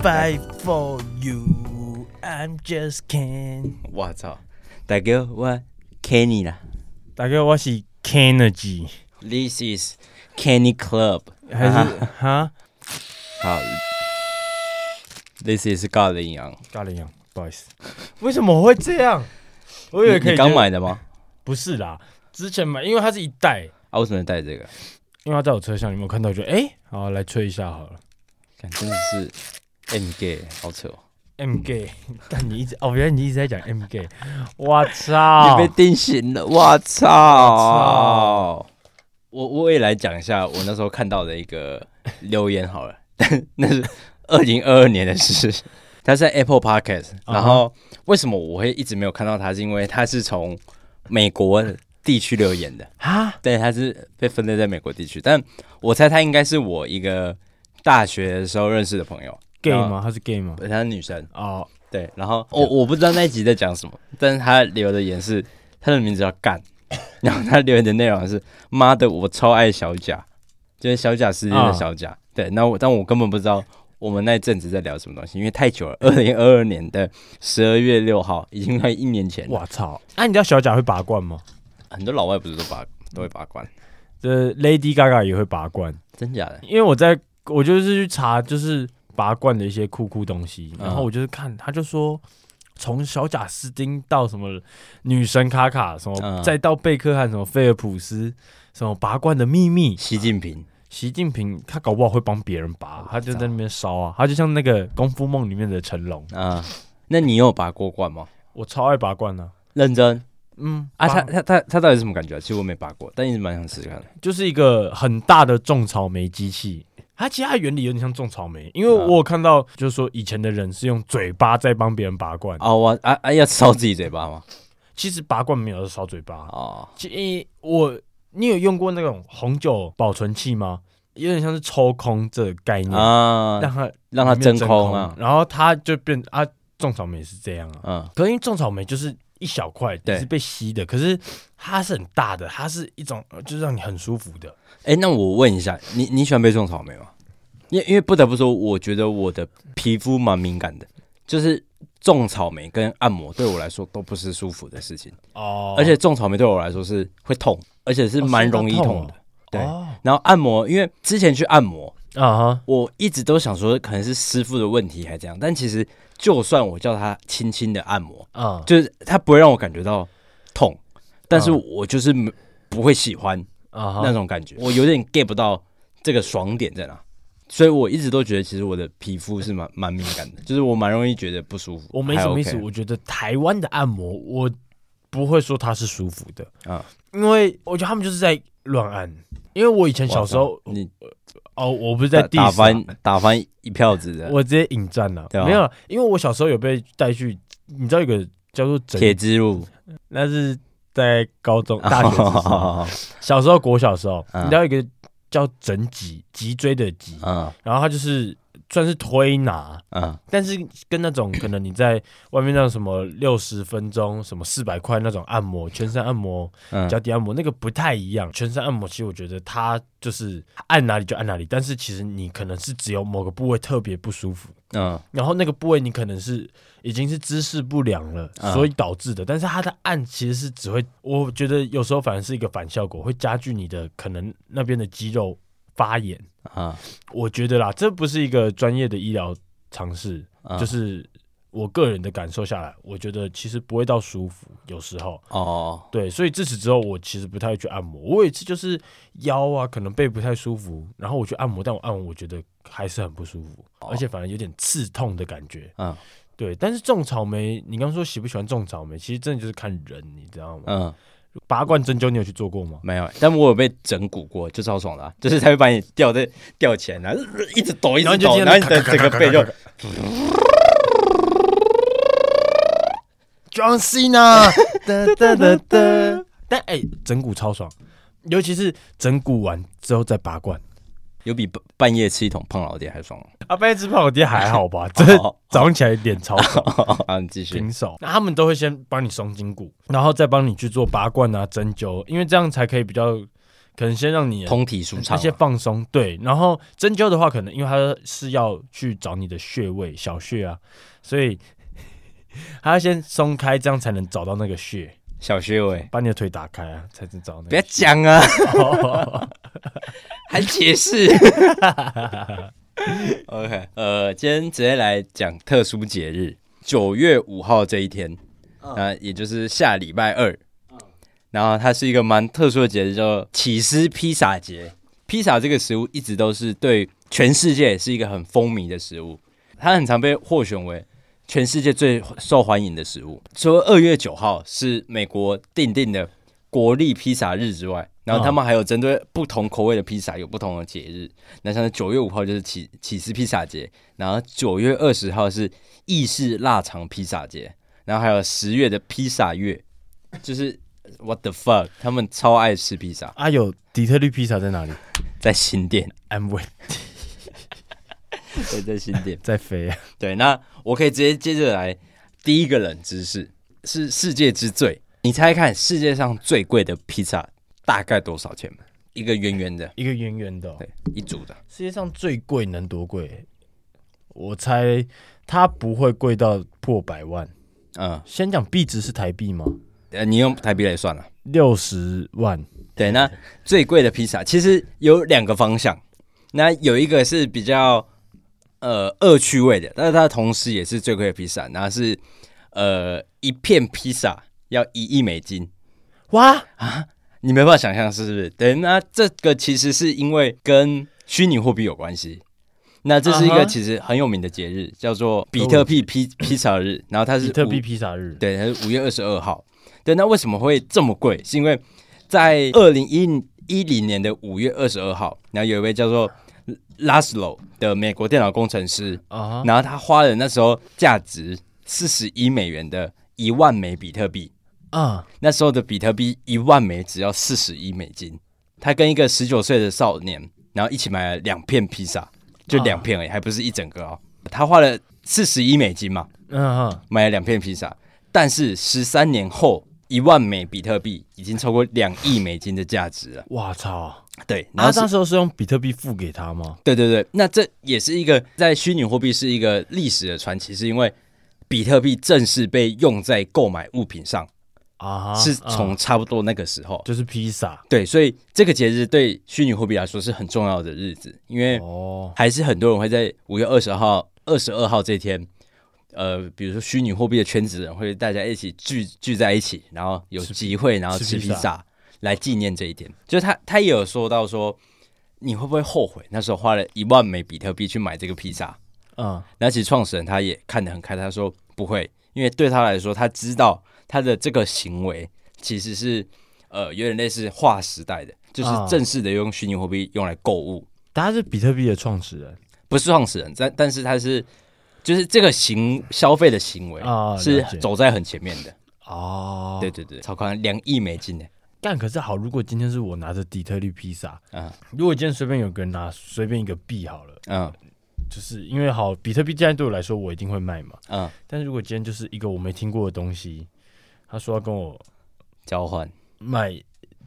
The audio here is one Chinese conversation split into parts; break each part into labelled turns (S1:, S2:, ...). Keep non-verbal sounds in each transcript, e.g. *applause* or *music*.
S1: fight for you. I'm just can。
S2: 我操！大哥，我 Kenny 啦
S1: 大哥，我是 Kennedy，
S2: ，This is Kenny Club，
S1: 还是
S2: 啊
S1: 哈？
S2: 好，This is God 的营养，
S1: 咖喱羊，不好意思。为什么会这样？我以为
S2: 你
S1: 可以
S2: 你刚
S1: 就，
S2: 买的吗？
S1: 不是啦，之前买，因为它是一袋，
S2: 啊，为什么带这个？
S1: 因为它在我车厢里面，我看到我就哎、好来吹一下好了。
S2: 看，真的是 M gay，好扯哦！
S1: M gay，但 *laughs* 你一直哦，原来你一直在讲 M gay，我操！
S2: 你被定型了，我操！我我也来讲一下我那时候看到的一个留言好了， *laughs* 那是二零二二年的事，它是在 Apple Podcast，
S1: 哼
S2: 然后为什么我会一直没有看到它，是因为它是从美国地区留言的，
S1: 啊，
S2: 对，它是被分类在美国地区，但我猜它应该是我一个大学的时候认识的朋友
S1: gay
S2: 然后
S1: 吗？他是 gay 吗？
S2: 她是女生，
S1: 哦，
S2: 对，然后我我不知道那一集在讲什么，但是他留的言是他的名字叫 *laughs* 干，然后他留言的内容是妈的，我超爱小贾，就是小贾事件的小贾。对，那我但我根本不知道我们那一阵子在聊什么东西，因为太久了， *laughs* 二零二二年的十二月六号，已经快一年前了。
S1: 我操！啊，你知道小贾会拔罐吗？
S2: 很多老外不是都把都会拔罐，
S1: 这 Lady Gaga 也会拔罐，
S2: 真假的？
S1: 因为我在我就是去查就是拔罐的一些酷酷东西，
S2: 嗯
S1: 然后我就是看他就说。从小贾斯汀到什么女神卡卡，什么、
S2: 嗯
S1: 再到贝克汉，什么菲尔普斯，什么拔罐的秘密，
S2: 习近平
S1: 习近平他搞不好会帮别人拔，他就
S2: 知道
S1: 在那边烧啊，他就像那个《功夫梦》里面的成龙，
S2: 啊、那你有拔过罐吗？
S1: 我超爱拔罐啊的、
S2: 认真
S1: 嗯
S2: 啊？
S1: 拔
S2: 他他他他到底是什么感觉啊？其实我没拔过，但一直蛮想试试看的。
S1: 就是一个很大的种草莓机器。它其实它原理有点像种草莓，因为我有看到，就是说以前的人是用嘴巴在帮别人拔罐，
S2: 哦，我啊啊要烧自己嘴巴吗？
S1: 其实拔罐没有烧嘴巴。
S2: 哦，
S1: 其诶我你有用过那种红酒保存器吗？有点像是抽空这个概念，
S2: 啊，
S1: 让它
S2: 让它真空啊，
S1: 然后它就变啊，种草莓是这样啊。
S2: 嗯，
S1: 可是因为种草莓就是一小块，
S2: 对
S1: 只是被吸的，可是它是很大的，它是一种呃就是让你很舒服的。
S2: 哎、那我问一下，你你喜欢被种草莓吗？因为因为不得不说，我觉得我的皮肤蛮敏感的，就是种草莓跟按摩对我来说都不是舒服的事情，
S1: 哦
S2: 而且种草莓对我来说是会痛，而且是
S1: 哦
S2: 蛮
S1: 是会
S2: 容易
S1: 痛
S2: 痛
S1: 哦
S2: 的。对，
S1: 哦
S2: 然后按摩，因为之前去按摩，
S1: 啊哈，
S2: 我一直都想说可能是师傅的问题还这样，但其实就算我叫他轻轻的按摩，
S1: 嗯，
S2: 就是它不会让我感觉到痛，但是
S1: 嗯
S2: 我就是没不会喜欢
S1: 啊
S2: 那
S1: 哈，
S2: 种感觉，我有点 get 不到这个爽点在哪。所以我一直都觉得，其实我的皮肤是蛮
S1: *laughs*
S2: 蛮敏感的，就是我蛮容易觉得不舒服。
S1: 我没什么意思，
S2: 还 OK
S1: 我觉得台湾的按摩，我不会说它是舒服的，
S2: 啊，
S1: 因为我觉得他们就是在乱按。因为我以前小时候，
S2: 你
S1: 哦，我不是在
S2: 打
S1: 地
S2: 打翻打翻一票子的
S1: 我直接引战了、
S2: 对啊
S1: 没有，因为我小时候有被带去，你知道有个叫做整
S2: 铁之路，
S1: 那是在高中、大学之
S2: *laughs*
S1: 上，
S2: 啊
S1: 小时候国小的时候，
S2: 嗯
S1: 你知道有一个叫整脊脊椎的脊，
S2: 啊
S1: 然后它就是算是推拿，
S2: 啊
S1: 但是跟那种可能你在外面那种什么六十分钟、什么四百块那种按摩、全身按摩、
S2: 嗯
S1: 脚底按摩那个不太一样。全身按摩其实我觉得它就是按哪里就按哪里，但是其实你可能是只有某个部位特别不舒服。
S2: 嗯
S1: 然后那个部位你可能是已经是姿势不良了，
S2: 嗯
S1: 所以导致的。但是它的按其实是只会，我觉得有时候反而是一个反效果，会加剧你的可能那边的肌肉发炎。
S2: 啊，
S1: 我觉得啦，这不是一个专业的医疗尝试，
S2: 啊
S1: 就是我个人的感受下来，我觉得其实不会到舒服，有时候。
S2: 哦，
S1: 对，所以自此之后，我其实不太会去按摩。我有一次就是腰啊，可能背不太舒服，然后我去按摩，但我按完我觉得还是很不舒服，而且反而有点刺痛的感觉。
S2: 哦嗯
S1: 对，但是种草莓，你刚刚说喜不喜欢种草莓，其实真的就是看人，你知道吗？
S2: 嗯，
S1: 拔罐针灸你有去做过吗？
S2: 没有，但我有被整蛊过，就超爽的啊，就是他会把你吊在吊起来，然后一直抖一
S1: 然后
S2: 直
S1: 你就
S2: 抖，
S1: 听
S2: 然
S1: 到
S2: 后你的整个背就
S1: John *laughs* Cena，哒哒哒哒。但哎、整骨超爽，尤其是整骨完之后再拔罐。
S2: 有比半半夜吃一桶胖老爹还爽吗。
S1: 阿贝吃胖我爹还好 *laughs* 吧？真
S2: 好
S1: 的早上起来脸超 *laughs* 爽，
S2: 好，你继续。
S1: 平手。那他们都会先帮你松筋骨，然后再帮你去做拔罐啊、针灸，因为这样才可以比较可能先让你
S2: 通体舒畅
S1: 一
S2: 嘛，
S1: 些放松，对。然后针灸的话，可能因为它是要去找你的穴位小穴啊，所以 *laughs* 它要先松开，这样才能找到那个穴，
S2: 小穴位。
S1: 把你的腿打开啊，才能找到那
S2: 不要
S1: 个穴。
S2: 讲啊，还解释。OK，呃，今天直接来讲特殊节日，九月五号这一天，啊、也就是下礼拜二。然后它是一个蛮特殊的节日，叫起司披萨节。披萨这个食物一直都是对全世界是一个很风靡的食物，它很常被获选为全世界最受欢迎的食物。除了二月九号是美国定定的国立披萨日之外，然后他们还有针对不同口味的披萨有不同的节日。那像是九月五号就是起起司披萨节，然后九月二十号是意式腊肠披萨节，然后还有十月的披萨月，就是 what the fuck，他们超爱吃披萨，
S1: 啊，有底特律披萨在哪 *laughs* 里
S2: 在新店，
S1: ？I'm wait，
S2: 对，在新店。
S1: 在飞啊。
S2: 对，那我可以直接接着来第一个冷知识，是世界之最。你猜看世界上最贵的披萨大概多少钱吗？一个圆圆的，
S1: 一个圆圆的哦、
S2: 对，一组的，
S1: 世界上最贵能多贵？我猜它不会贵到破百万。
S2: 嗯，
S1: 先讲币值是台币吗？
S2: 呃，你用台币来算了。
S1: 六十万
S2: 对，那最贵的披萨其实有两个方向，那有一个是比较呃恶趣味的，但是它同时也是最贵的披萨，然后是呃一片披萨要一亿美金，
S1: 哇！
S2: 你没办法想象是不是？对，那这个其实是因为跟虚拟货币有关系。那这是一
S1: 啊哈哦
S2: 个其实很有名的节日，叫做比特币披披萨日，然后它是
S1: 比特
S2: 五
S1: 币披萨日，
S2: 对，它是五月二十二号。对，那为什么会这么贵？是因为在二零一一零年的五月二十二号，然后有一位叫做 Laszlo 的美国电脑工程师，
S1: 啊哈，
S2: 然后他花了那时候价值四十一美元的一万枚比特币，
S1: 啊，
S2: 那时候的比特币一万枚只要四十一美金，他跟一个十九岁的少年，然后一起买了两片披萨，就
S1: 啊
S2: 两片而已，还不是一整个哦。他花了四十一美金嘛，
S1: 嗯哼，
S2: 买了两片披萨，但是十三年后，一万枚比特币已经超过两亿美金的价值了。
S1: 哇操！
S2: 对，然
S1: 那
S2: 后是、
S1: 啊当时候是用比特币付给他吗？
S2: 对对对，那这也是一个在虚拟货币是一个历史的传奇，是因为比特币正式被用在购买物品上，
S1: 啊哈，
S2: 是
S1: 啊
S2: 从差不多那个时候。
S1: 就是披萨
S2: 对，所以这个节日对虚拟货币来说是很重要的日子，因为
S1: 哦，
S2: 还是很多人会在五月二十号、二十二号这天，呃，比如说虚拟货币的圈子人会大家一起聚聚在一起，然后有集会，然后
S1: 吃
S2: 吃
S1: 披
S2: 披
S1: 萨
S2: 萨来纪念这一天。就是他他也有说到说，你会不会后悔那时候花了一万枚比特币去买这个披萨？
S1: 嗯，
S2: 那其实创始人他也看得很开，他说不会，因为对他来说，他知道他的这个行为其实是呃有点类似划时代的，就是
S1: 啊
S2: 正式的用虚拟货币用来购物，
S1: 他是比特币的创始人
S2: 不是创始人，但但是他是就是这个行消费的行为
S1: 啊
S2: 是
S1: 了解
S2: 走在很前面的，
S1: 哦，
S2: 对，对对，超夸张，两亿美金呢，
S1: 但可是好，如果今天是我拿着底特律披萨，
S2: 啊
S1: 如果今天随便有个人拿随便一个币好了，
S2: 嗯
S1: 就是因为好，比特币现在对我来说我一定会卖嘛，
S2: 嗯，
S1: 但是如果今天就是一个我没听过的东西，他说要跟我
S2: 交换，
S1: 卖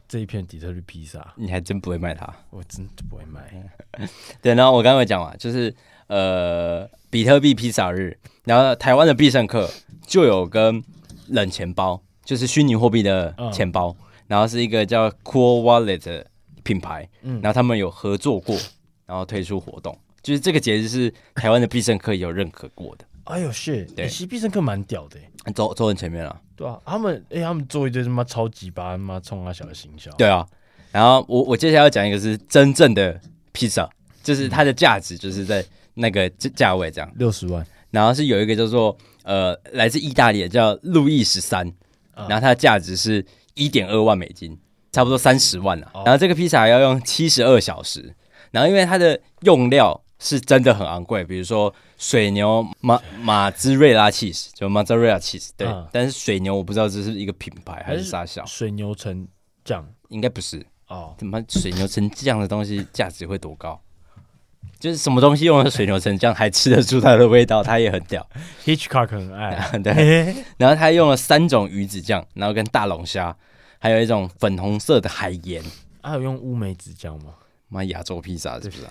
S1: 这一片底特律披萨，
S2: 你还真不会卖它。
S1: 我真的不会
S2: 嗯
S1: 卖
S2: 对，然后我刚刚有讲嘛，就是呃，比特币披萨日，然后台湾的必胜客就有跟冷钱包，就是虚拟货币的钱包，然后是一个叫 Cool Wallet 的品牌，
S1: 嗯
S2: 然后他们有合作过，然后推出活动，就是这个节日是台湾的必胜客有认可过的，
S1: 哎呦 shit，
S2: 对
S1: 欸其实必胜客蛮屌的欸、
S2: 走走很前面了，
S1: 对啊，他们哎、他们做一堆他妈超级巴他妈冲他小的行销，
S2: 对啊，然后我我接下来要讲一个是真正的披萨，就是它的价值就是在那个价价位这样。
S1: 六十万
S2: 然后是有一个叫做呃，来自意大利的叫路易十三，然后它的价值是一点二万美金，差不多三十万了、啊
S1: 哦
S2: 然后这个披萨要用七十二小时，然后因为它的用料是真的很昂贵，比如说水牛马马兹瑞拉 cheese，就马兹瑞拉 cheese，对、
S1: 嗯
S2: 但是水牛我不知道这是一个品牌啊还
S1: 还
S2: 是
S1: 是
S2: 啥小，
S1: 水牛城酱
S2: 应该不是。 *laughs*
S1: 哦，
S2: 怎么水牛成酱的东西价值会多高？就是什么东西用了水牛成酱还吃得出它的味道，它也很屌。 *laughs*
S1: Hitchcock 很爱，哎
S2: 对，
S1: 嘿
S2: 然后他用了三种鱼子酱，然后跟大龙虾，还有一种粉红色的海盐，
S1: 还有用乌梅子酱吗？
S2: 妈亚洲披萨是不是、啊？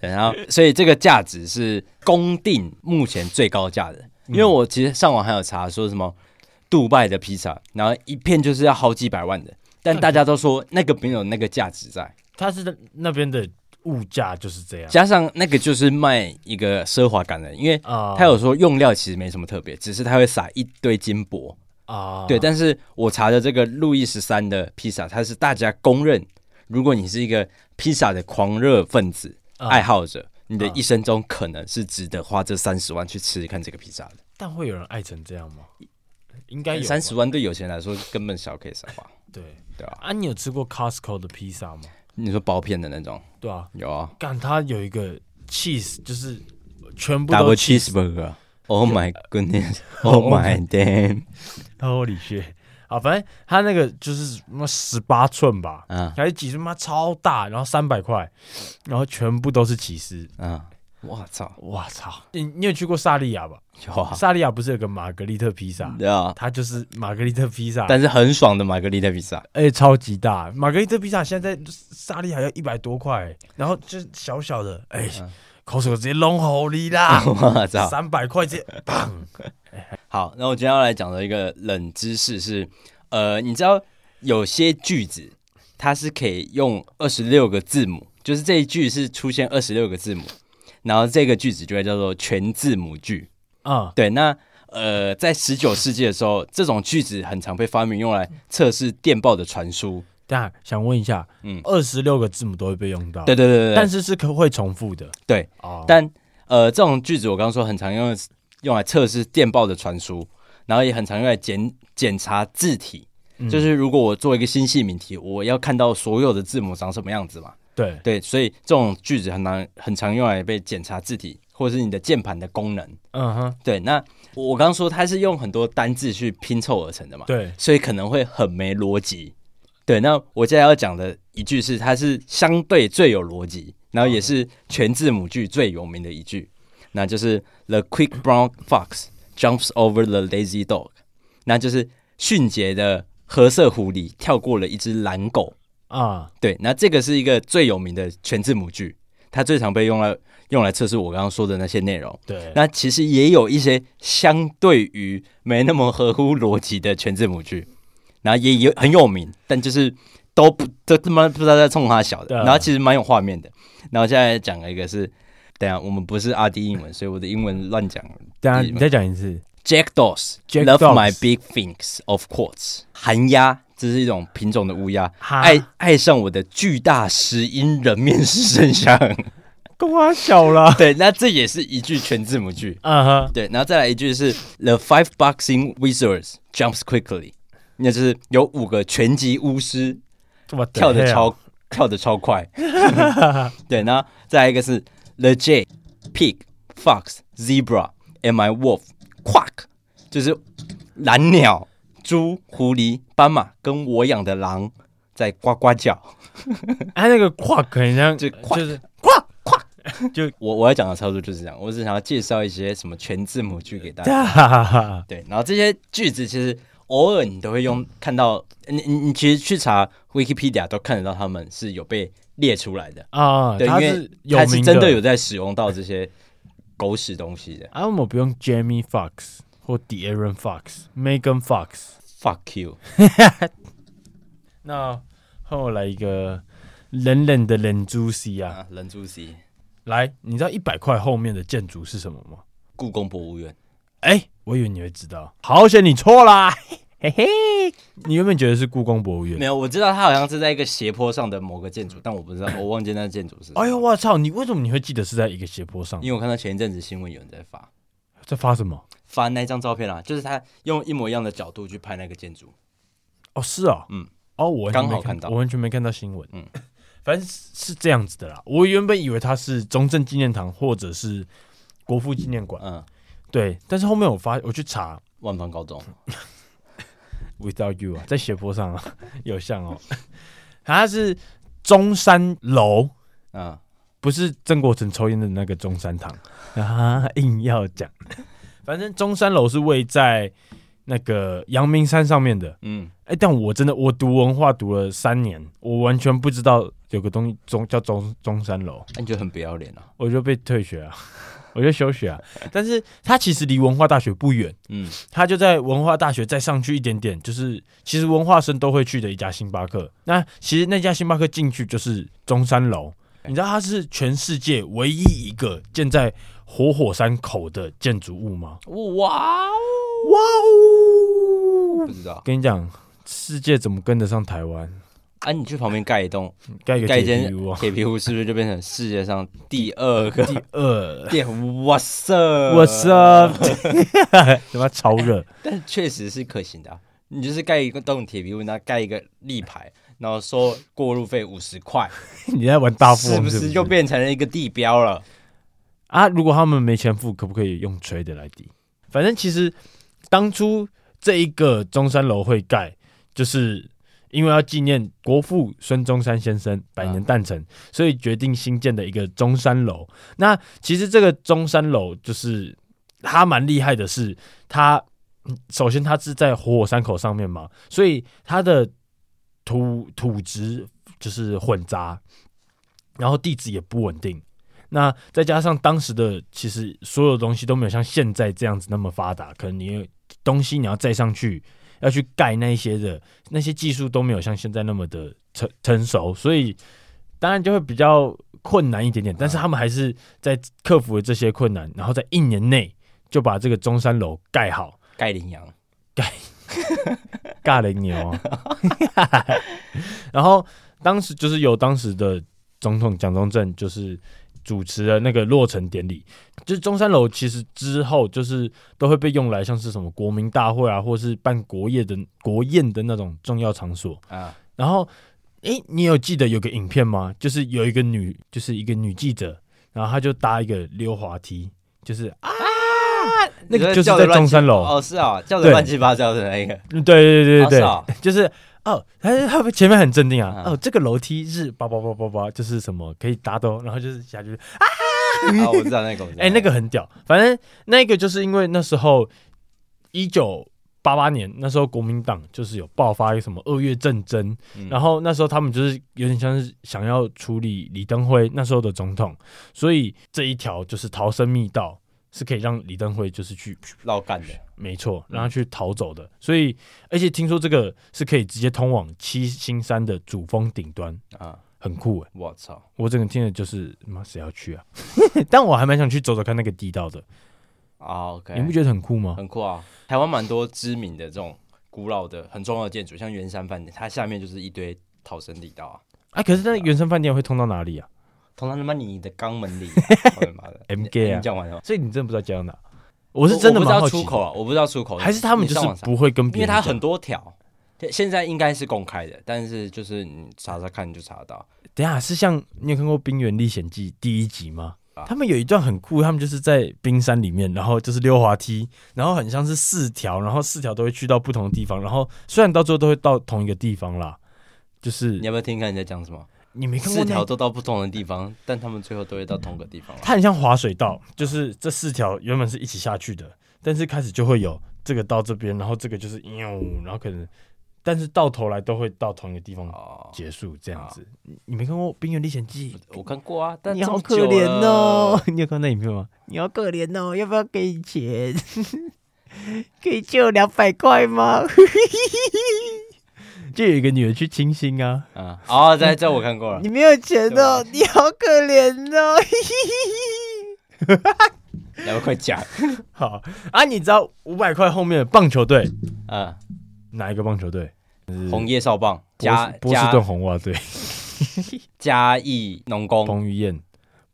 S2: 对然后，所以这个价值是公定目前最高价的，因为我其实上网还有查说什么杜拜的披萨，然后一片就是要好几百万的，但大家都说那个没有那个价值在，
S1: 它是那那边的物价就是这样
S2: 加上那个就是卖一个奢华感的，因为
S1: 啊。
S2: 他有说用料其实没什么特别，只是他会撒一堆金箔，
S1: 啊，
S2: 对，但是我查的这个路易十三的披萨，它是大家公认，如果你是一个披萨的狂热分子、
S1: 啊
S2: 爱好者，你的一生中可能是值得花这三十万去吃吃看这个披萨的。
S1: 但会有人爱成这样吗？应哎该有吧啊
S2: 三十万对有钱人来说根本小 case 好吧？
S1: 对
S2: 对啊
S1: 啊，你有吃过 Costco 的披萨吗？
S2: 你说薄片的那种
S1: 对啊，
S2: 有啊
S1: 干它有一个 cheese 就是全部都
S2: ，double cheeseburger。Oh my goodness! Oh my damn!
S1: 偷理学啊，反正它那个就是什么十八寸吧，
S2: 啊
S1: 还是几寸妈超大，然后三百块，然后全部都是起司。
S2: 啊！我操，
S1: 我操！你你有去过萨利亚吧？
S2: 有啊，
S1: 萨利亚不是有个玛格丽特披萨？
S2: 对啊，
S1: 它就是玛格丽特披萨，
S2: 但是很爽的玛格丽特披萨，！
S1: 哎、超级大！玛格丽特披萨现在在萨利亚要一百多块，然后就是小小的，哎、口水直接弄好你啦
S2: 嗯 *laughs* 我操！
S1: 三百块
S2: *laughs*
S1: 钱，
S2: 好，那我今天要来讲的一个冷知识是，呃，你知道有些句子它是可以用二十六个字母，就是这一句是出现二十六个字母，然后这个句子就会叫做全字母句。
S1: 啊、
S2: 对，那呃，在十九世纪的时候，这种句子很常被发明用来测试电报的传输。
S1: 等一下想问一下，
S2: 嗯
S1: 二十六个字母都会被用到，
S2: 对对对对对，
S1: 但
S2: 是
S1: 是是可会重复的
S2: 对，
S1: 哦。
S2: 但呃，这种句子我刚刚说很常用用来测试电报的传输，然后也很常用来检检查字体。就是如果我做一个新系名题，我要看到所有的字母长什么样子嘛？
S1: 对，
S2: 对，所以这种句子很难很常用来被检查字体，或者是你的键盘的功能。
S1: 嗯哼，
S2: 对，那我刚刚说它是用很多单字去拼凑而成的嘛？
S1: 对，
S2: 所以可能会很没逻辑。对，那我接下来要讲的一句是，它是相对最有逻辑，然后也是全字母句最有名的一句，那就是 “The quick brown fox jumps over the lazy dog”，那就是迅捷的褐色狐狸跳过了一只懒狗。
S1: 啊、
S2: 对，那这个是一个最有名的全字母句，它最常被用来用来测试我刚刚说的那些内容。
S1: 对，
S2: 那其实也有一些相对于没那么合乎逻辑的全字母句，然后也有很有名，但就是都不都他妈不知道在冲他小的
S1: 对，啊
S2: 然后其实蛮有画面的。然后现在讲一个是，等一下我们不是阿 D 英文，所以我的英文乱讲。
S1: 等一下你再讲一次
S2: Jack Doss
S1: Jack
S2: love
S1: Doss
S2: my big things of course，寒鸦，这是一种品种的乌鸦，
S1: 哈
S2: 爱爱上我的巨大石英人面狮身像。 *laughs*
S1: 跟我小了，
S2: 对，那这也是一句全字母句。
S1: 嗯哼，
S2: 对，然后再来一句是 The five boxing wizards jumps quickly，那就是有五个拳击巫师
S1: 我啊
S2: 跳得超跳得超快。 *laughs* 对，然后再来一个是 The j pig fox zebra and my wolf quack，就是蓝鸟、猪、狐狸、斑马跟我养的狼在呱呱叫。
S1: 哎、那个跨可能像
S2: 就
S1: 就是
S2: 夸夸。
S1: 就
S2: 我我要讲的差不多就是这样，我只想要介绍一些什么全字母句给大家。
S1: 啊哈哈哈
S2: 对，然后这些句子其实偶尔你都会
S1: 嗯
S2: 用看到，你你你其实去查 Wikipedia 都看得到他们是有被列出来的，
S1: 啊，
S2: 对，因
S1: 它
S2: 为
S1: 是有
S2: 它
S1: 名
S2: 是真的有在使用到这些狗屎东西的。
S1: 啊，我们不用 Jamie Fox 或 De'Aaron Fox、Megan Fox。
S2: Fuck you！
S1: 那换我来一个冷冷的冷猪 C 啊！
S2: 啊，冷猪 C，
S1: 来，你知道一百块后面的建筑是什么吗？
S2: 故宫博物院，
S1: 哎、我以为你会知道，好险你错
S2: *laughs*
S1: 啦！嘿嘿，你原本觉得是故宫博物
S2: 没
S1: 院。
S2: 有，我知道它好像是在一个斜坡上的某个建筑，但我不
S1: *coughs*
S2: 知道，我忘记那建筑是什么。
S1: 哎呦，我操！你为什么你会记得是在一个斜坡上？
S2: 因为我看到前一阵子新闻有人在发
S1: 在发什么？
S2: 发那张照片啊，就是他用一模一样的角度去拍那个建筑，
S1: 哦，是哦，
S2: 嗯，
S1: 哦，我完全没
S2: 刚好看到
S1: 我完全没看到新闻。
S2: 嗯
S1: 嗯，反正是是这样子的啦。我原本以为它是中正纪念堂或者是国父纪念馆，
S2: 嗯，
S1: 对，但是后面我发我去查
S2: 万方高中，
S1: Without You 啊，在斜坡上啊，有像哦，它是中山楼，
S2: 嗯，
S1: 不是曾国成抽烟的那个中山堂啊，硬要讲。反正中山楼是位在那个阳明山上面的，
S2: 嗯，
S1: 哎、但我真的我读文化读了三年，我完全不知道有个东西中叫中中山楼，
S2: 那你就很不要脸啊，
S1: 我就被退学啊， *laughs* 我就休学啊。但是它其实离文化大学不远，
S2: 嗯，
S1: 它就在文化大学再上去一点点，就是其实文化生都会去的一家星巴克。那其实那家星巴克进去就是中山楼，你知道它是全世界唯一一个建在活火山口的建筑物吗？
S2: 哇哦，
S1: 哇哦！
S2: 不知道，
S1: 跟你讲，世界怎么跟得上台湾？
S2: 啊，你去旁边盖一栋，
S1: 盖嗯一个
S2: 盖一
S1: 铁
S2: 间
S1: 皮屋、啊，
S2: 铁皮屋，是不是就变成世界上第二个
S1: 第二。
S2: 店？哇塞，
S1: What's
S2: 啊 *laughs*
S1: up？他妈超热，
S2: 但确实是可行的啊、你就是盖一个栋铁皮屋，然后盖一个立牌，然后收过路费五十块，
S1: 你在玩大富
S2: 是
S1: 翁
S2: 不
S1: 是
S2: 是就变成了一个地标了？
S1: 啊，如果他们没钱付，可不可以用吹的来抵？反正其实当初这一个中山楼会盖，就是因为要纪念国父孙中山先生百年诞辰，所以决定新建的一个中山楼。那其实这个中山楼就是它蛮厉害的是，它嗯首先它是在活火山口上面嘛，所以它的土土质就是混杂，然后地质也不稳定。那再加上当时的其实所有东西都没有像现在这样子那么发达，可能你东西你要再上去，要去盖那一些的那些技术都没有像现在那么的成成熟，所以当然就会比较困难一点点。但是他们还是在克服了这些困难，然后在一年内就把这个中山楼盖好。
S2: 盖羚羊，
S1: 尬了牛 *laughs* 啊，然后当时就是有当时的总统蒋中正就是主持了那个落成典礼，就是中山楼其实之后就是都会被用来像是什么国民大会啊，或是办国宴的国宴的那种重要场所。
S2: 啊，
S1: 然后，诶，你有记得有个影片吗？就是有一个女，就是一个女记者，然后她就搭一个溜滑梯，就是啊，那个就是
S2: 叫得
S1: 在
S2: 乱
S1: 中山
S2: 七
S1: 楼，
S2: 哦，是啊，叫的
S1: 对
S2: 乱七八糟的那
S1: *laughs*
S2: 一个，
S1: 嗯对对对对对，
S2: 哦是啊
S1: 就是哦，他他前面很镇定啊，
S2: 嗯
S1: 哦，这个楼梯是叭叭叭叭叭，就是什么可以打斗，然后就是下去，
S2: 啊，我知道那个，
S1: 哎、那个很屌，反正那个就是因为那时候一九八八年，那时候国民党就是有爆发一个什么二月战争，
S2: 嗯
S1: 然后那时候他们就是有点像是想要处理李登辉那时候的总统，所以这一条就是逃生密道是可以让李登辉就是去
S2: 绕干的，
S1: 没错，
S2: 嗯
S1: 让他去逃走的。所以，而且听说这个是可以直接通往七星山的主峰顶端，
S2: 啊，
S1: 很酷诶。
S2: 我操，
S1: 我整个听的就是，妈谁要去
S2: *laughs*
S1: 啊？但我还蛮想去走走看那个地道的，
S2: 啊，OK，
S1: 你不觉得很酷吗？
S2: 很酷啊！台湾蛮多知名的这种古老的很重要的建筑，像圆山饭店，它下面就是一堆逃生地
S1: *laughs*
S2: 道啊，
S1: 啊，可是那原生饭店会通到哪里啊
S2: 通常他妈你的肛门里，我
S1: *laughs*
S2: 的妈的
S1: ？M
S2: 你
S1: K 啊
S2: 你，讲完了吗？
S1: 所以你真的不知道接到哪？我是真的
S2: 我不
S1: 蛮好
S2: 知道
S1: 奇
S2: 出口，啊，我不知道出口，
S1: 还是他们
S2: 你
S1: 就
S2: 上网
S1: 是
S2: 查
S1: 不会跟
S2: 因
S1: 别
S2: 为
S1: 人
S2: 它
S1: 讲，
S2: 很多条，现在应该是公开的，但是就是你查查看你就查得到。
S1: 等一下是像你有看过《冰原历险记》第一集吗
S2: 啊？
S1: 他们有一段很酷，他们就是在冰山里面，然后就是溜滑梯，然后很像是四条，然后四条都会去到不同的地方，然后虽然到最后都会到同一个地方啦，就是
S2: 你要不要听看你在讲什么？
S1: 你没看过
S2: 四
S1: 那
S2: 条都到不同的地方，但他们最后都会到同个地方了。
S1: 它很像滑水道，就是这四条原本是一起下去的，但是开始就会有这个到这边，然后这个就是呦，然后可能，但是到头来都会到同一个地方
S2: 哦，
S1: 结束这样子。你你没看过《冰原历险记》？
S2: 我看过啊，但
S1: 你好
S2: 这么
S1: 可
S2: 久
S1: 怜
S2: 了
S1: 哦！！ *laughs* 你有看那影片吗？你好可怜哦，要不要给你钱？ *laughs* 可以借我两百块吗？ *laughs* 就有一个女人去清新啊，
S2: 啊，哦，在这我看过了。
S1: *laughs* 你没有钱哦，你好可怜哦。 *laughs*
S2: 来，快讲。
S1: 好啊，你知道五百块后面的棒球队
S2: 啊，
S1: 哪一个棒球队？
S2: 红叶少棒
S1: 波
S2: 加
S1: 士波士顿
S2: 加
S1: 红袜队，
S2: 嘉义农工，
S1: 彭于晏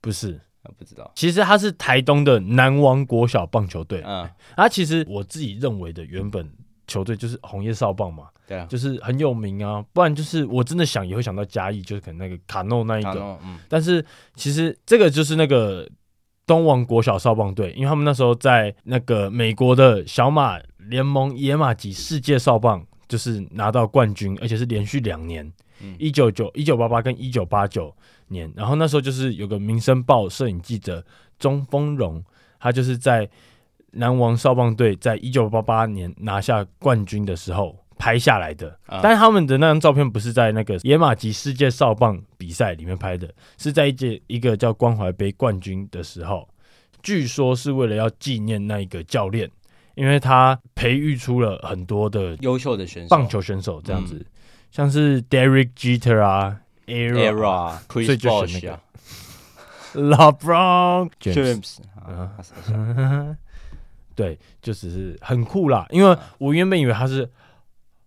S1: 不是。
S2: 啊不知道。
S1: 其实他是台东的南王国小棒球队，
S2: 嗯，
S1: 啊，其实我自己认为的原本球队就是红叶少棒嘛，
S2: 对啊，
S1: 就是很有名啊，不然就是我真的想也会想到嘉义，就是可能那个卡诺那一
S2: 然
S1: 个。
S2: 后嗯，
S1: 但是其实这个就是那个东王国小少棒队，因为他们那时候在那个美国的小马联盟野马级世界少棒，就是拿到冠军，而且是连续两年
S2: 嗯，
S1: 一九九一九八八跟一九八九年。然后那时候就是有个《民生报》摄影记者钟峰荣，他就是在。南王少棒队在一九八八年拿下冠军的时候拍下来的，但是他们的那张照片不是在那个野马级世界少棒比赛里面拍的，是在一届一个叫关怀杯冠军的时候，据说是为了要纪念那一个教练，因为他培育出了很多的
S2: 优秀的选手，
S1: 棒球选手这样子，像是 Derek Jeter 啊 a r o
S2: era Chris
S1: 所以就
S2: Bosh
S1: 选那个
S2: 啊
S1: LeBron James
S2: James 啊，他傻笑
S1: 对，就只是很酷啦。因为我原本以为他是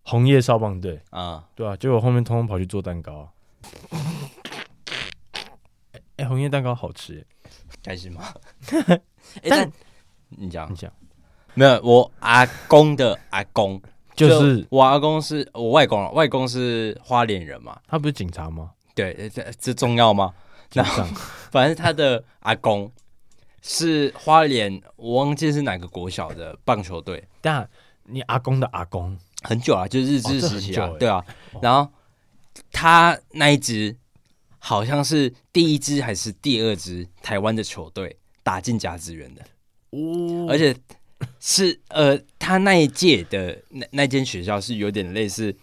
S1: 红叶少棒队，
S2: 啊，
S1: 对啊，结果后面通通跑去做蛋糕、啊。哎、哎红叶蛋糕好吃耶、
S2: 开心吗？哎
S1: 但
S2: 但你讲
S1: 你讲，
S2: 没有？我阿公的阿公
S1: 就是
S2: 我阿公是我外公啊，外公是花莲人嘛，
S1: 他不是警察吗？
S2: 对，呃这这重要吗？
S1: 警 *laughs* 长
S2: 反正他的阿公是花莲，我忘记是哪个国小的棒球队，
S1: 但你阿公的阿公
S2: 很久啊，就是日
S1: 哦
S2: 治
S1: 这
S2: 时期啊，
S1: 很久欸
S2: 对啊。然后他那一支好像是第一支还是第二支台湾的球队打进甲子园的，
S1: 哦
S2: 而且是呃，他那一届的那那间学校是有点类似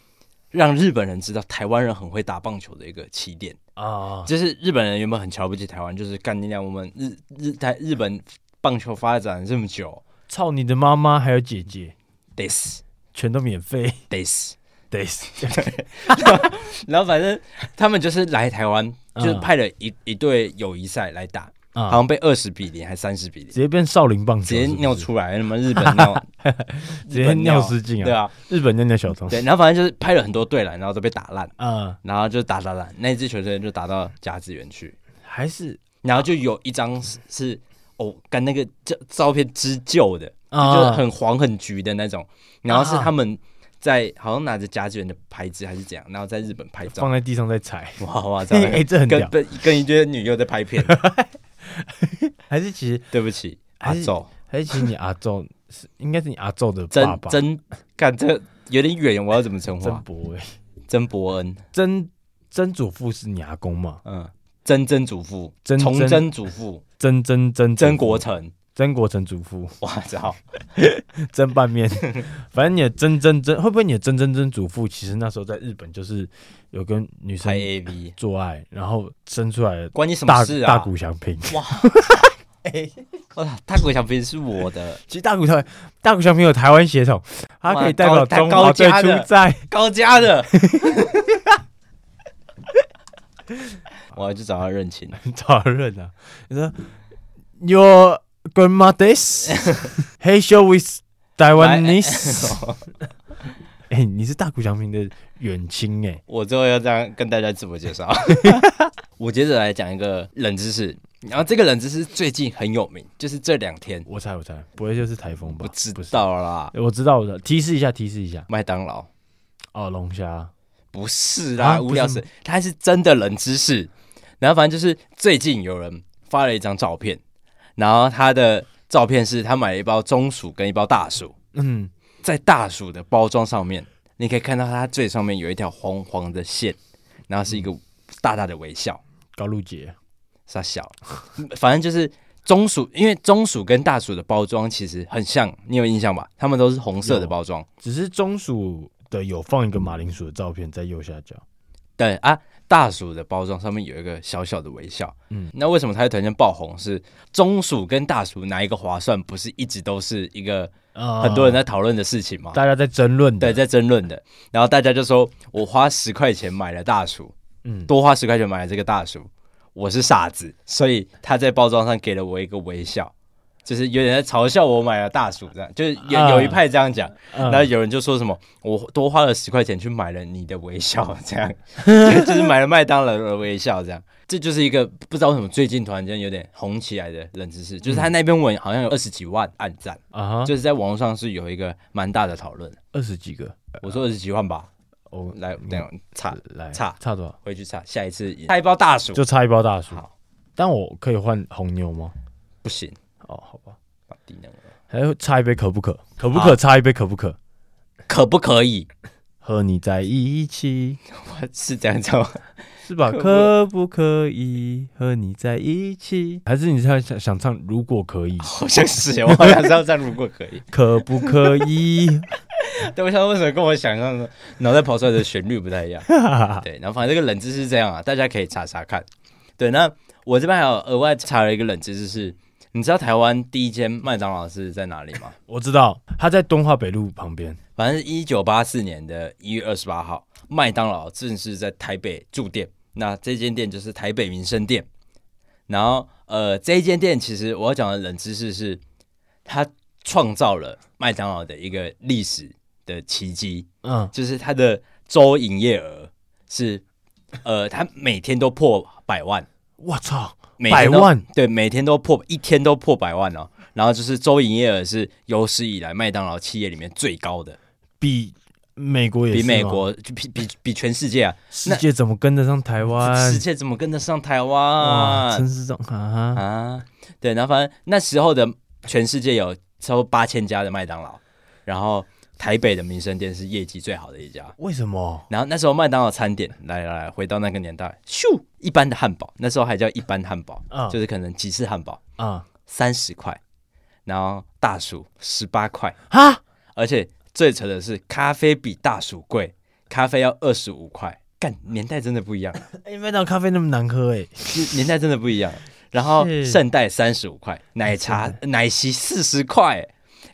S2: 让日本人知道台湾人很会打棒球的一个起点。
S1: 啊，
S2: 就是日本人原本很瞧不起台湾，就是干你俩我们日日台日本棒球发展这么久
S1: 操你的妈妈还有姐姐，
S2: ，this
S1: 全都免费 *laughs*
S2: this，
S1: 得
S2: 然后反正他们就是来台湾，
S1: 嗯
S2: 就是派了一一队友谊赛来打，好
S1: 啊，
S2: 像被二十比零还三十比零
S1: 直，接变少林棒球，
S2: 直接
S1: 是不是
S2: 尿，出来，什么日
S1: *laughs*
S2: 本尿，
S1: 直
S2: 日
S1: 接
S2: 本
S1: 尿失禁
S2: 对
S1: 啊，
S2: 啊，
S1: 日本尿尿小童
S2: 对，然后反正就是派了很多队来，然后都被打烂，
S1: 啊，
S2: 然后就打打打，那一支球队就打到甲子园去，
S1: 还是
S2: 然后就有一张是是哦，干那个照照片织旧的。
S1: 啊
S2: 就很黄很橘的那种，然后是他们在好像拿着甲子园的牌子还是怎样，然后在日本拍照
S1: 放，在地上在踩，
S2: *laughs* 哇哇，这
S1: 哎、
S2: 样
S1: 这很
S2: 跟
S1: 屌，
S2: 跟跟一堆女优在拍片，
S1: *laughs* 还是其实
S2: 对不起，啊阿
S1: 还是
S2: 宙，
S1: 还是其实你阿宙是应该是你阿宙的爸
S2: 曾
S1: 爸
S2: 曾，干这有点远，我要怎么称呼
S1: 曾
S2: 啊？
S1: 伯伟，
S2: 曾伯恩，
S1: 曾曾祖父是你阿公嘛？
S2: 嗯，曾曾祖父，
S1: 曾
S2: 崇
S1: 曾
S2: 祯祖父，
S1: 曾曾曾
S2: 曾国成，
S1: 曾国成祖父，
S2: 哇操，
S1: 曾拌
S2: *laughs*
S1: 面，反正你的曾曾曾会不会你的曾曾曾祖父其实那时候在日本就是有跟女生
S2: 拍 AV，
S1: 做爱，然后生出来的
S2: 关你什
S1: 大
S2: 么事
S1: 大
S2: 啊？
S1: 谷翔平。
S2: 我操，大谷小平是我的 *laughs*
S1: 其实大谷翔大谷翔平有台湾血统，他可以代表
S2: 哇高
S1: 中华队
S2: 高家的
S1: 出赛。
S2: 高
S1: *laughs*
S2: 家的。 *laughs* 我要去找他
S1: *laughs*
S2: 认亲，
S1: 讨论啊！ *laughs* 你说 Your grandma
S2: *laughs*
S1: this hey show with
S2: *laughs*
S1: Taiwanese？哎、你是大谷翔平的远亲哎，
S2: 我最后要这样跟大家自我介绍。 *laughs* 我接着来讲一个冷知识，然后这个冷知识最近很有名，就是这两天
S1: 我猜我猜，不会就是台风吧？
S2: 不知
S1: 不是，
S2: 道啦。
S1: 我知道我知道，提示一下提示一下
S2: 麦当劳
S1: 哦，龙虾
S2: 不是啦，
S1: 啊
S2: 无聊
S1: 不是
S2: 死，它是真的冷知识。然后反正就是最近有人发了一张照片，然后他的照片是他买了一包中薯跟一包大薯，
S1: 嗯
S2: 在大薯的包装上面，你可以看到它最上面有一条黄黄的线，然后是一个大大的微笑。
S1: 高露洁
S2: 傻小，反正就是中薯，因为中薯跟大薯的包装其实很像，你有印象吧？它们都是红色的包装。
S1: 只是中暑的有放一个马铃薯的照片在右下角，
S2: 对啊，大薯的包装上面有一个小小的微笑。嗯
S1: 嗯，
S2: 那为什么它会突然间爆红？是中薯跟大薯哪一个划算？不是一直都是一个
S1: 呃
S2: 很多人在讨论的事情吗？
S1: 大家在争论的
S2: 哦对，在争论的。然后大家就说，我花十块钱买了大薯，
S1: 嗯
S2: 多花十块钱买了这个大薯，我是傻子，所以他在包装上给了我一个微笑，就是有点在嘲笑我买了大薯这样，就是有、
S1: 啊
S2: 有一派这样讲，
S1: 嗯
S2: 然后有人就说什么我多花了十块钱去买了你的微笑
S1: *laughs*
S2: 这样，就就是买了麦当劳的微笑这样。这就是一个不知道为什么最近突然间有点红起来的冷知识，就是他那篇文好像有二十几万暗赞，
S1: 啊哈，
S2: 就是在网络上是有一个蛮大的讨论。
S1: 二十几个
S2: 我说二十几万吧，
S1: 哦，
S2: 来，等一下查
S1: 来
S2: 差
S1: 差多少？
S2: 回去查，下一次差一包大薯
S1: 就差一包大薯
S2: 好。
S1: 但我可以换红牛吗？
S2: 不行，
S1: 哦，好吧，
S2: 把低能儿
S1: 还有差一杯可不可？可不可差一杯可不可？
S2: *laughs* 可不可以？
S1: 和你在一起，
S2: *laughs* 是这样子吗？
S1: 是吧？
S2: 可
S1: 可不
S2: 不
S1: 可以和你在一起？还是你想想想唱？如果可以，
S2: 好像是耶，我好想知道这样如果可以。
S1: 可不可以？
S2: *laughs* 对，我想说为什么跟我想象的脑袋跑出来的旋律不太一 *laughs* 样？对，然后反正这个冷知识是这样啊，大家可以查查看。对，那我这边还有额外查了一个冷知识是，你知道台湾第一间麦当劳是在哪里吗？
S1: *laughs* 我知道他在敦化北路旁边。
S2: 反正是一九八四年的一月二十八号，麦当劳正式在台北驻店。那这间店就是台北民生店。然后，呃，这一间店其实我要讲的冷知识是，它创造了麦当劳的一个历史的奇迹。
S1: 嗯，
S2: 就是它的周营业额是，呃，它每天都破百万，
S1: 我操，
S2: 每天都
S1: 百万，
S2: 对，每天都破，一天都破百万哦。然后就是周营业额是有史以来麦当劳企业里面最高的，
S1: 比美国也是哦
S2: 比美
S1: 吗
S2: 国就比比比全世界啊，
S1: 世界怎么跟得上台湾
S2: 世？界怎么跟得上台
S1: 哎哇，
S2: 湾
S1: 真是这种啊！
S2: 啊？对，然后反正那时候的全世界有超过八千家的麦当劳，然后台北的民生店是业绩最好的一家，
S1: 为什么？
S2: 然后那时候麦当劳餐点，来来来，回到那个年代，咻，一般的汉堡，那时候还叫一般汉堡，
S1: 啊
S2: 就是可能吉士汉堡
S1: 啊
S2: 三十块，然后大薯十八块，
S1: 啊哈，
S2: 而且最扯的是咖啡比大薯贵，咖啡要二十五块，干年代真的不一样，
S1: 哎，麦当劳咖啡那么难喝哎，
S2: 是年代真的不一样。然后
S1: 是
S2: 圣代三十五块，奶茶奶昔四十块，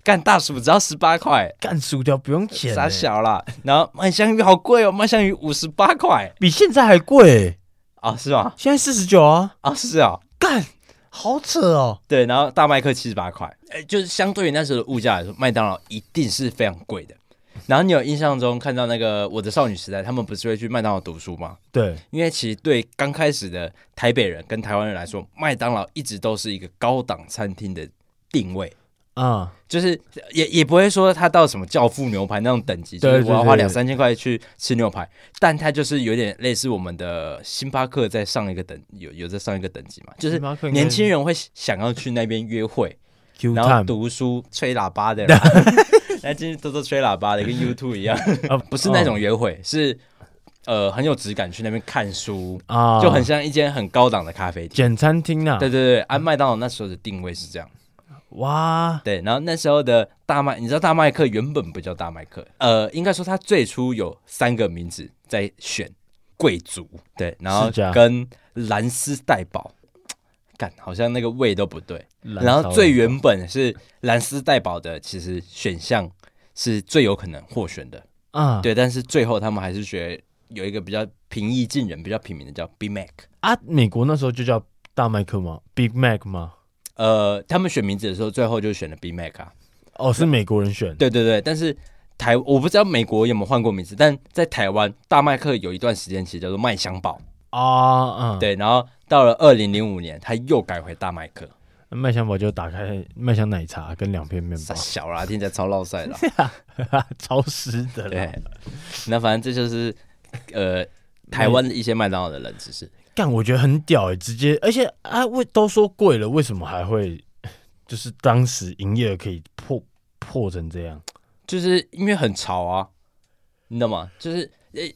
S2: 干大薯只要十八块，
S1: 干薯条不用钱
S2: 傻
S1: 哎，
S2: 小啦。然后麦香鱼好贵哦，麦香鱼五十八块
S1: 比现在还贵哎，
S2: 哦，是吗？
S1: 现在四十九啊，
S2: 啊、是啊、
S1: 干，好扯哦。
S2: 对，然后大麦克七十八块，哎，就是相对于那时候的物价来说，麦当劳一定是非常贵的。然后你有印象中看到那个《我的少女时代》，他们不是会去麦当劳读书吗？
S1: 对，
S2: 因为其实对刚开始的台北人跟台湾人来说，麦当劳一直都是一个高档餐厅的定位，
S1: 啊，
S2: 就是也也不会说它到什么教父牛排那种等级，就是
S1: 对对
S2: 我要
S1: 对
S2: 花
S1: 对
S2: 两三千块去吃牛排，但它就是有点类似我们的星巴克在上一个等有有在上一个等级嘛，就是
S1: 星巴克应该
S2: 年轻人会想要去那边约会，
S1: Q
S2: 然后
S1: time
S2: 读书吹喇叭
S1: *laughs*
S2: 的啦，那今天都是吹喇叭的，跟 YouTube 一样，
S1: 啊
S2: 不是那种约会，
S1: 嗯
S2: 是呃很有质感去那边看书，
S1: 啊，
S2: 就很像一间很高档的咖啡店。
S1: 简餐厅啊。
S2: 对对对，按麦当劳那时候的定位是这样。
S1: 哇，
S2: 对，然后那时候的大麦，你知道大麦克原本不叫大麦克，呃，应该说他最初有三个名字在选贵族，对，然后
S1: 是这样
S2: 跟兰斯代堡，干好像那个味都不对。然后最原本是兰斯代堡的，其实选项是最有可能获选的，
S1: 啊，
S2: 对。但是最后他们还是觉得有一个比较平易近人、比较平民的叫 Big Mac。
S1: 啊，美国那时候就叫大麦克吗？Big Mac 吗？
S2: 呃，他们选名字的时候，最后就选了 Big Mac 啊。
S1: 哦，是美国人选。
S2: 对对对，但是台我不知道美国有没有换过名字，但在台湾大麦克有一段时间其实叫做麦香堡，
S1: 啊，嗯，，
S2: 对。然后到了二零零五年，他又改回大麦克。
S1: 麦香堡就打开麦香奶茶跟两片面
S2: 傻
S1: 包，
S2: 小啦，听起来超落塞啊啦。
S1: *laughs* 超时的啦
S2: *laughs* 对。，那反正这就是呃台湾的一些麦当劳的冷知识。
S1: 干，我觉得很屌哎、直接，而且啊，为都说贵了，为什么还会就是当时营业额可以破破成这样？
S2: 就是因为很潮啊，你懂吗？就是诶、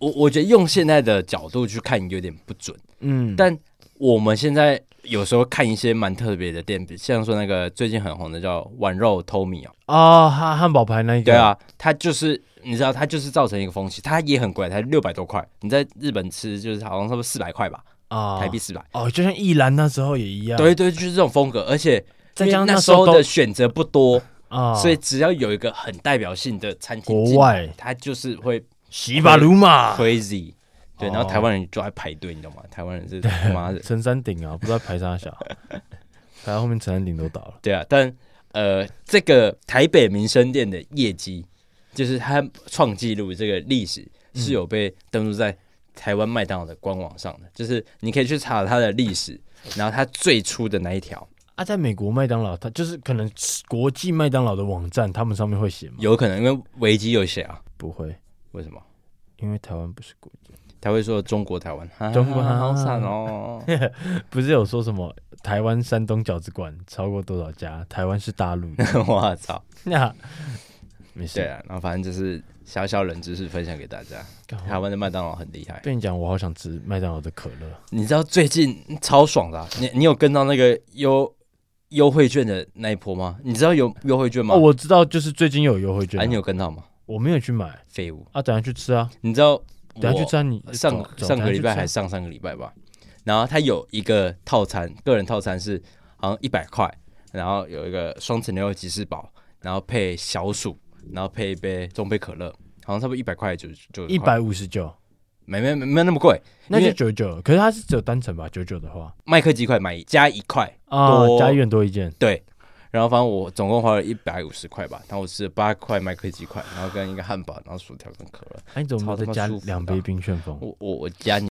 S2: 我我觉得用现在的角度去看有点不准，
S1: 嗯，
S2: 但我们现在有时候看一些蛮特别的店，比像说那个最近很红的叫碗肉偷米哦，
S1: 啊，汉汉堡排那一个，
S2: 对，啊，它就是你知道它就是造成一个风气，它也很贵，它六百多块，你在日本吃就是好像差不多四百块吧，
S1: 啊，
S2: 台币四百。
S1: 哦，就像一兰那时候也一样，
S2: 对啊对，就是这种风格，而且
S1: 再加上
S2: 因为那
S1: 那
S2: 时
S1: 时
S2: 候
S1: 候
S2: 的
S1: 都
S2: 选择不多，
S1: 啊，
S2: 所以只要有一个很代表性的餐厅
S1: 国
S2: 进来
S1: 外
S2: 它就是会
S1: 洗把鲁马
S2: crazy。对，然后
S1: 哦
S2: 台湾人就爱排队，你懂吗？台湾人是他妈的，
S1: 陈山顶啊，不知道排啥小，
S2: *laughs*
S1: 排到后面陈山顶都倒了，
S2: 对啊。但呃，这个台北民生店的业绩，就是它创纪录这个历史是有被登录在台湾麦当劳的官网上的，就是你可以去查它的历史，然后它最初的那一条，
S1: 啊，在美国麦当劳，它就是可能国际麦当劳的网站，他们上面会写吗？
S2: 有可能因为维基有写啊，
S1: 不会，
S2: 为什么？
S1: 因为台湾不是国际。
S2: 他会说中国台湾，啊
S1: 中国
S2: 好惨哦。
S1: 不是有说什么台湾
S2: *laughs*
S1: 山东饺子馆超过多少家？台湾是大陆的。
S2: 我操！
S1: 那没事。
S2: 对啊，然后反正就是小小冷知识分享给大家。
S1: 干
S2: 台湾的麦当劳很厉害，
S1: 被你讲，我好想吃麦当劳的可乐。
S2: 你知道最近超爽的啊、你你有跟到那个优优惠券的那一波吗？你知道有优惠券吗？
S1: 哦，我知道，就是最近有优惠券啊、
S2: 啊，你有跟到吗？
S1: 我没有去买
S2: 废物，
S1: 啊，等下去吃啊，
S2: 你知道我
S1: 等下去吃啊，你
S2: 上
S1: 走走
S2: 上
S1: 等
S2: 个
S1: 下
S2: 礼
S1: 去
S2: 拜
S1: 吃啊
S2: 还上上个礼拜吧，然后它有一个套餐，个人套餐是好像一百块，然后有一个双层牛肉吉士堡，然后配小薯，然后配一杯中杯可乐，好像差不多一百块就就
S1: 一百五十九，
S2: 没没没没有那么贵，
S1: 那
S2: 因
S1: 就
S2: 为
S1: 九九，可是它是只有单程吧？九九的话
S2: 麦克鸡块买加一块，
S1: 啊
S2: 多，
S1: 加一元多一件，
S2: 对。然后反正我总共花了一百五十块吧，然后我吃了八块麦克鸡块，然后跟一个汉堡，然后薯条跟可乐。
S1: 哎、你怎么没有再
S2: 超他妈
S1: 加
S2: 舒服的
S1: 两杯冰旋风？
S2: 我我我加你，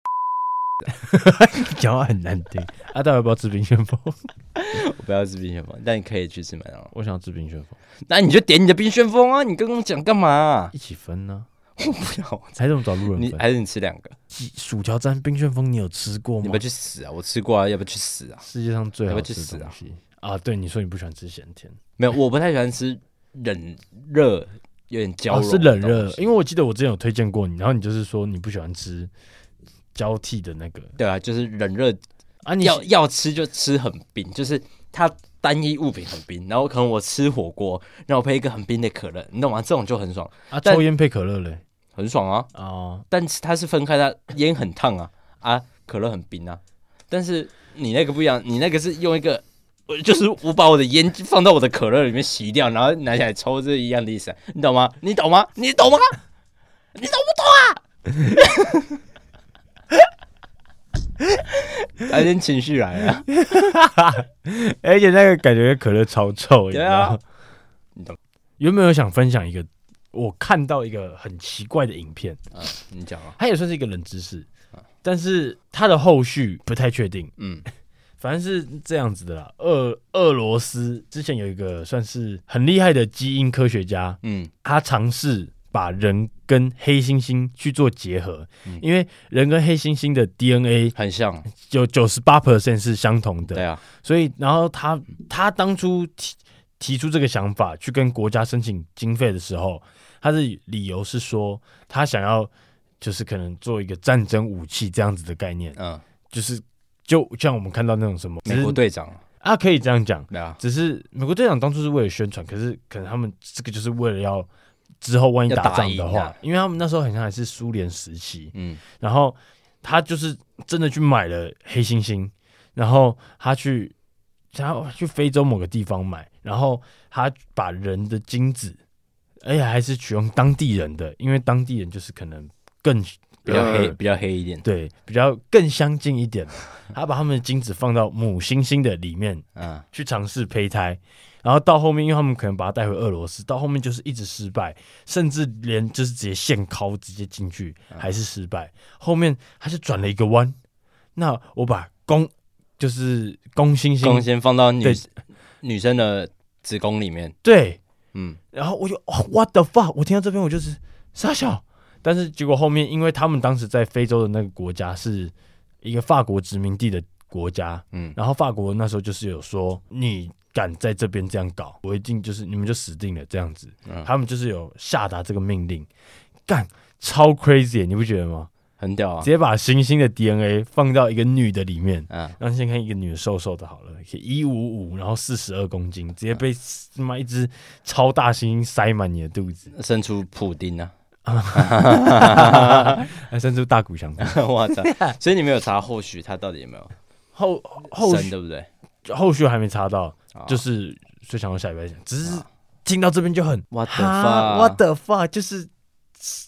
S1: 讲话很难 *laughs* 听。阿啊大要不要吃冰旋风？ *laughs*
S2: 我不要吃冰旋风，但你可以去吃麦当劳。
S1: 我想吃冰旋风，
S2: 那你就点你的冰旋风啊！你刚刚讲干嘛啊、
S1: 一起分呢、
S2: 我不要，
S1: 还怎么找路人
S2: 你哎
S1: 分？
S2: 还是你吃两个，
S1: 鸡薯条沾冰旋风，你有吃过
S2: 你
S1: 吗
S2: 不要？去死啊！我吃过啊，要不要去死啊？
S1: 世界上最
S2: 要不
S1: 好
S2: 要去
S1: 吃
S2: 死
S1: 的
S2: 啊
S1: 东西啊！对，你说你不喜欢吃咸甜，
S2: 没有，我不太喜欢吃冷热，有点焦
S1: 哦，
S2: 融、
S1: 是冷热，因
S2: 为
S1: 为我记得我之前有推荐过你，然后你就是说你不喜欢吃交替的那个
S2: 对啊，就是冷热
S1: 啊，你
S2: 要要吃就吃很冰，就是它单一物品很冰，然后可能我吃火锅，然后配一个很冰的可乐，你懂吗？这种就很爽，
S1: 啊
S2: 但
S1: 抽烟配可乐嘞
S2: 很爽啊！
S1: 啊，
S2: 但是它是分开的，烟很烫啊啊，可乐很冰啊。但是你那个不一样，你那个是用一个，我就是我把我的烟放到我的可乐里面洗掉，然后拿起来抽，这一样的意思啊、你懂吗？你懂吗？你懂吗？你懂啊 *laughs* 不懂啊？来点情绪来了，
S1: 而且那个感觉可乐超臭，你知
S2: 对啊
S1: 道吗
S2: 你懂？
S1: 原本有想分享一个，我看到一个很奇怪的影片，
S2: 嗯，你讲啊，
S1: 它也算是一个冷知识，但是它的后续不太确定。
S2: 嗯
S1: *laughs* 反正是这样子的啦，俄俄罗斯之前有一个算是很厉害的基因科学家，
S2: 嗯
S1: 他尝试把人跟黑猩猩去做结合，
S2: 嗯
S1: 因为人跟黑猩猩的 DNA
S2: 很像，
S1: 有九十八 percent 是相同
S2: 对
S1: 的，
S2: 啊，
S1: 所以然后他他当初提提出这个想法去跟国家申请经费的时候，他的理由是说他想要就是可能做一个战争武器这样子的概念，
S2: 嗯，
S1: 就是就像我们看到那种什么
S2: 美国队长，
S1: 啊，可以这样讲。
S2: 对啊，
S1: 只是美国队长当初是为了宣传，可是可能他们这个就是为了要之后万一
S2: 要
S1: 打
S2: 打
S1: 仗的
S2: 赢
S1: 话，
S2: 啊
S1: 因为他们那时候好像还是苏联时期，
S2: 嗯
S1: 然后他就是真的去买了黑猩猩，然后他去想要去非洲某个地方买，然后他把人的精子，而且还是取用当地人的，因为当地人就是可能更
S2: 比较黑，
S1: 呃
S2: 比较黑一点，
S1: 对，比较更相近一点，他把他们的精子放到母猩猩的里面，
S2: 嗯
S1: 去尝试胚胎，然后到后面，因为他们可能把它带回俄罗斯，到后面就是一直失败，甚至连就是直接现拷直接进去还是失败。后面他就转了一个弯，那我把公就是公猩
S2: 光
S1: 猩
S2: 先放到女
S1: 对
S2: 女生的子宫里面，
S1: 对，
S2: 嗯，
S1: 然后我就、哦、what the fuck，我听到这边我就是傻笑，但是结果后面因为他们当时在非洲的那个国家是一个法国殖民地的国家，
S2: 嗯
S1: 然后法国那时候就是有说，你敢在这边这样搞，我一定就是你们就死定了这样子。
S2: 嗯
S1: 他们就是有下达这个命令，干超 crazy，你不觉得吗？
S2: 很屌啊
S1: 直，接把行星的 DNA 放到一个女的里面，
S2: 嗯，
S1: 让先看一个女的瘦瘦的好了，一五五，然后四十二公斤，直接被他妈一只超大猩猩塞满你的肚子，
S2: 生出普丁啊！ *laughs*
S1: 还伸出哎大骨相肠。
S2: 我操！
S1: 啊
S2: 所以你没有查后续他到底有没有
S1: *laughs* 后后
S2: 生，
S1: 续
S2: 对不对？
S1: 后续还没查到，
S2: 啊
S1: 就是所以想到下礼拜讲，只是听到这边就很
S2: 哦 What the
S1: 哈 What
S2: fuck？
S1: the fuck？就是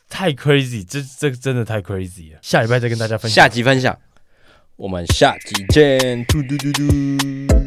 S1: 太 crazy，这这真的太 crazy 了。下礼拜再跟大家分享。
S2: 下集分享，我们下集见！嘟嘟嘟嘟。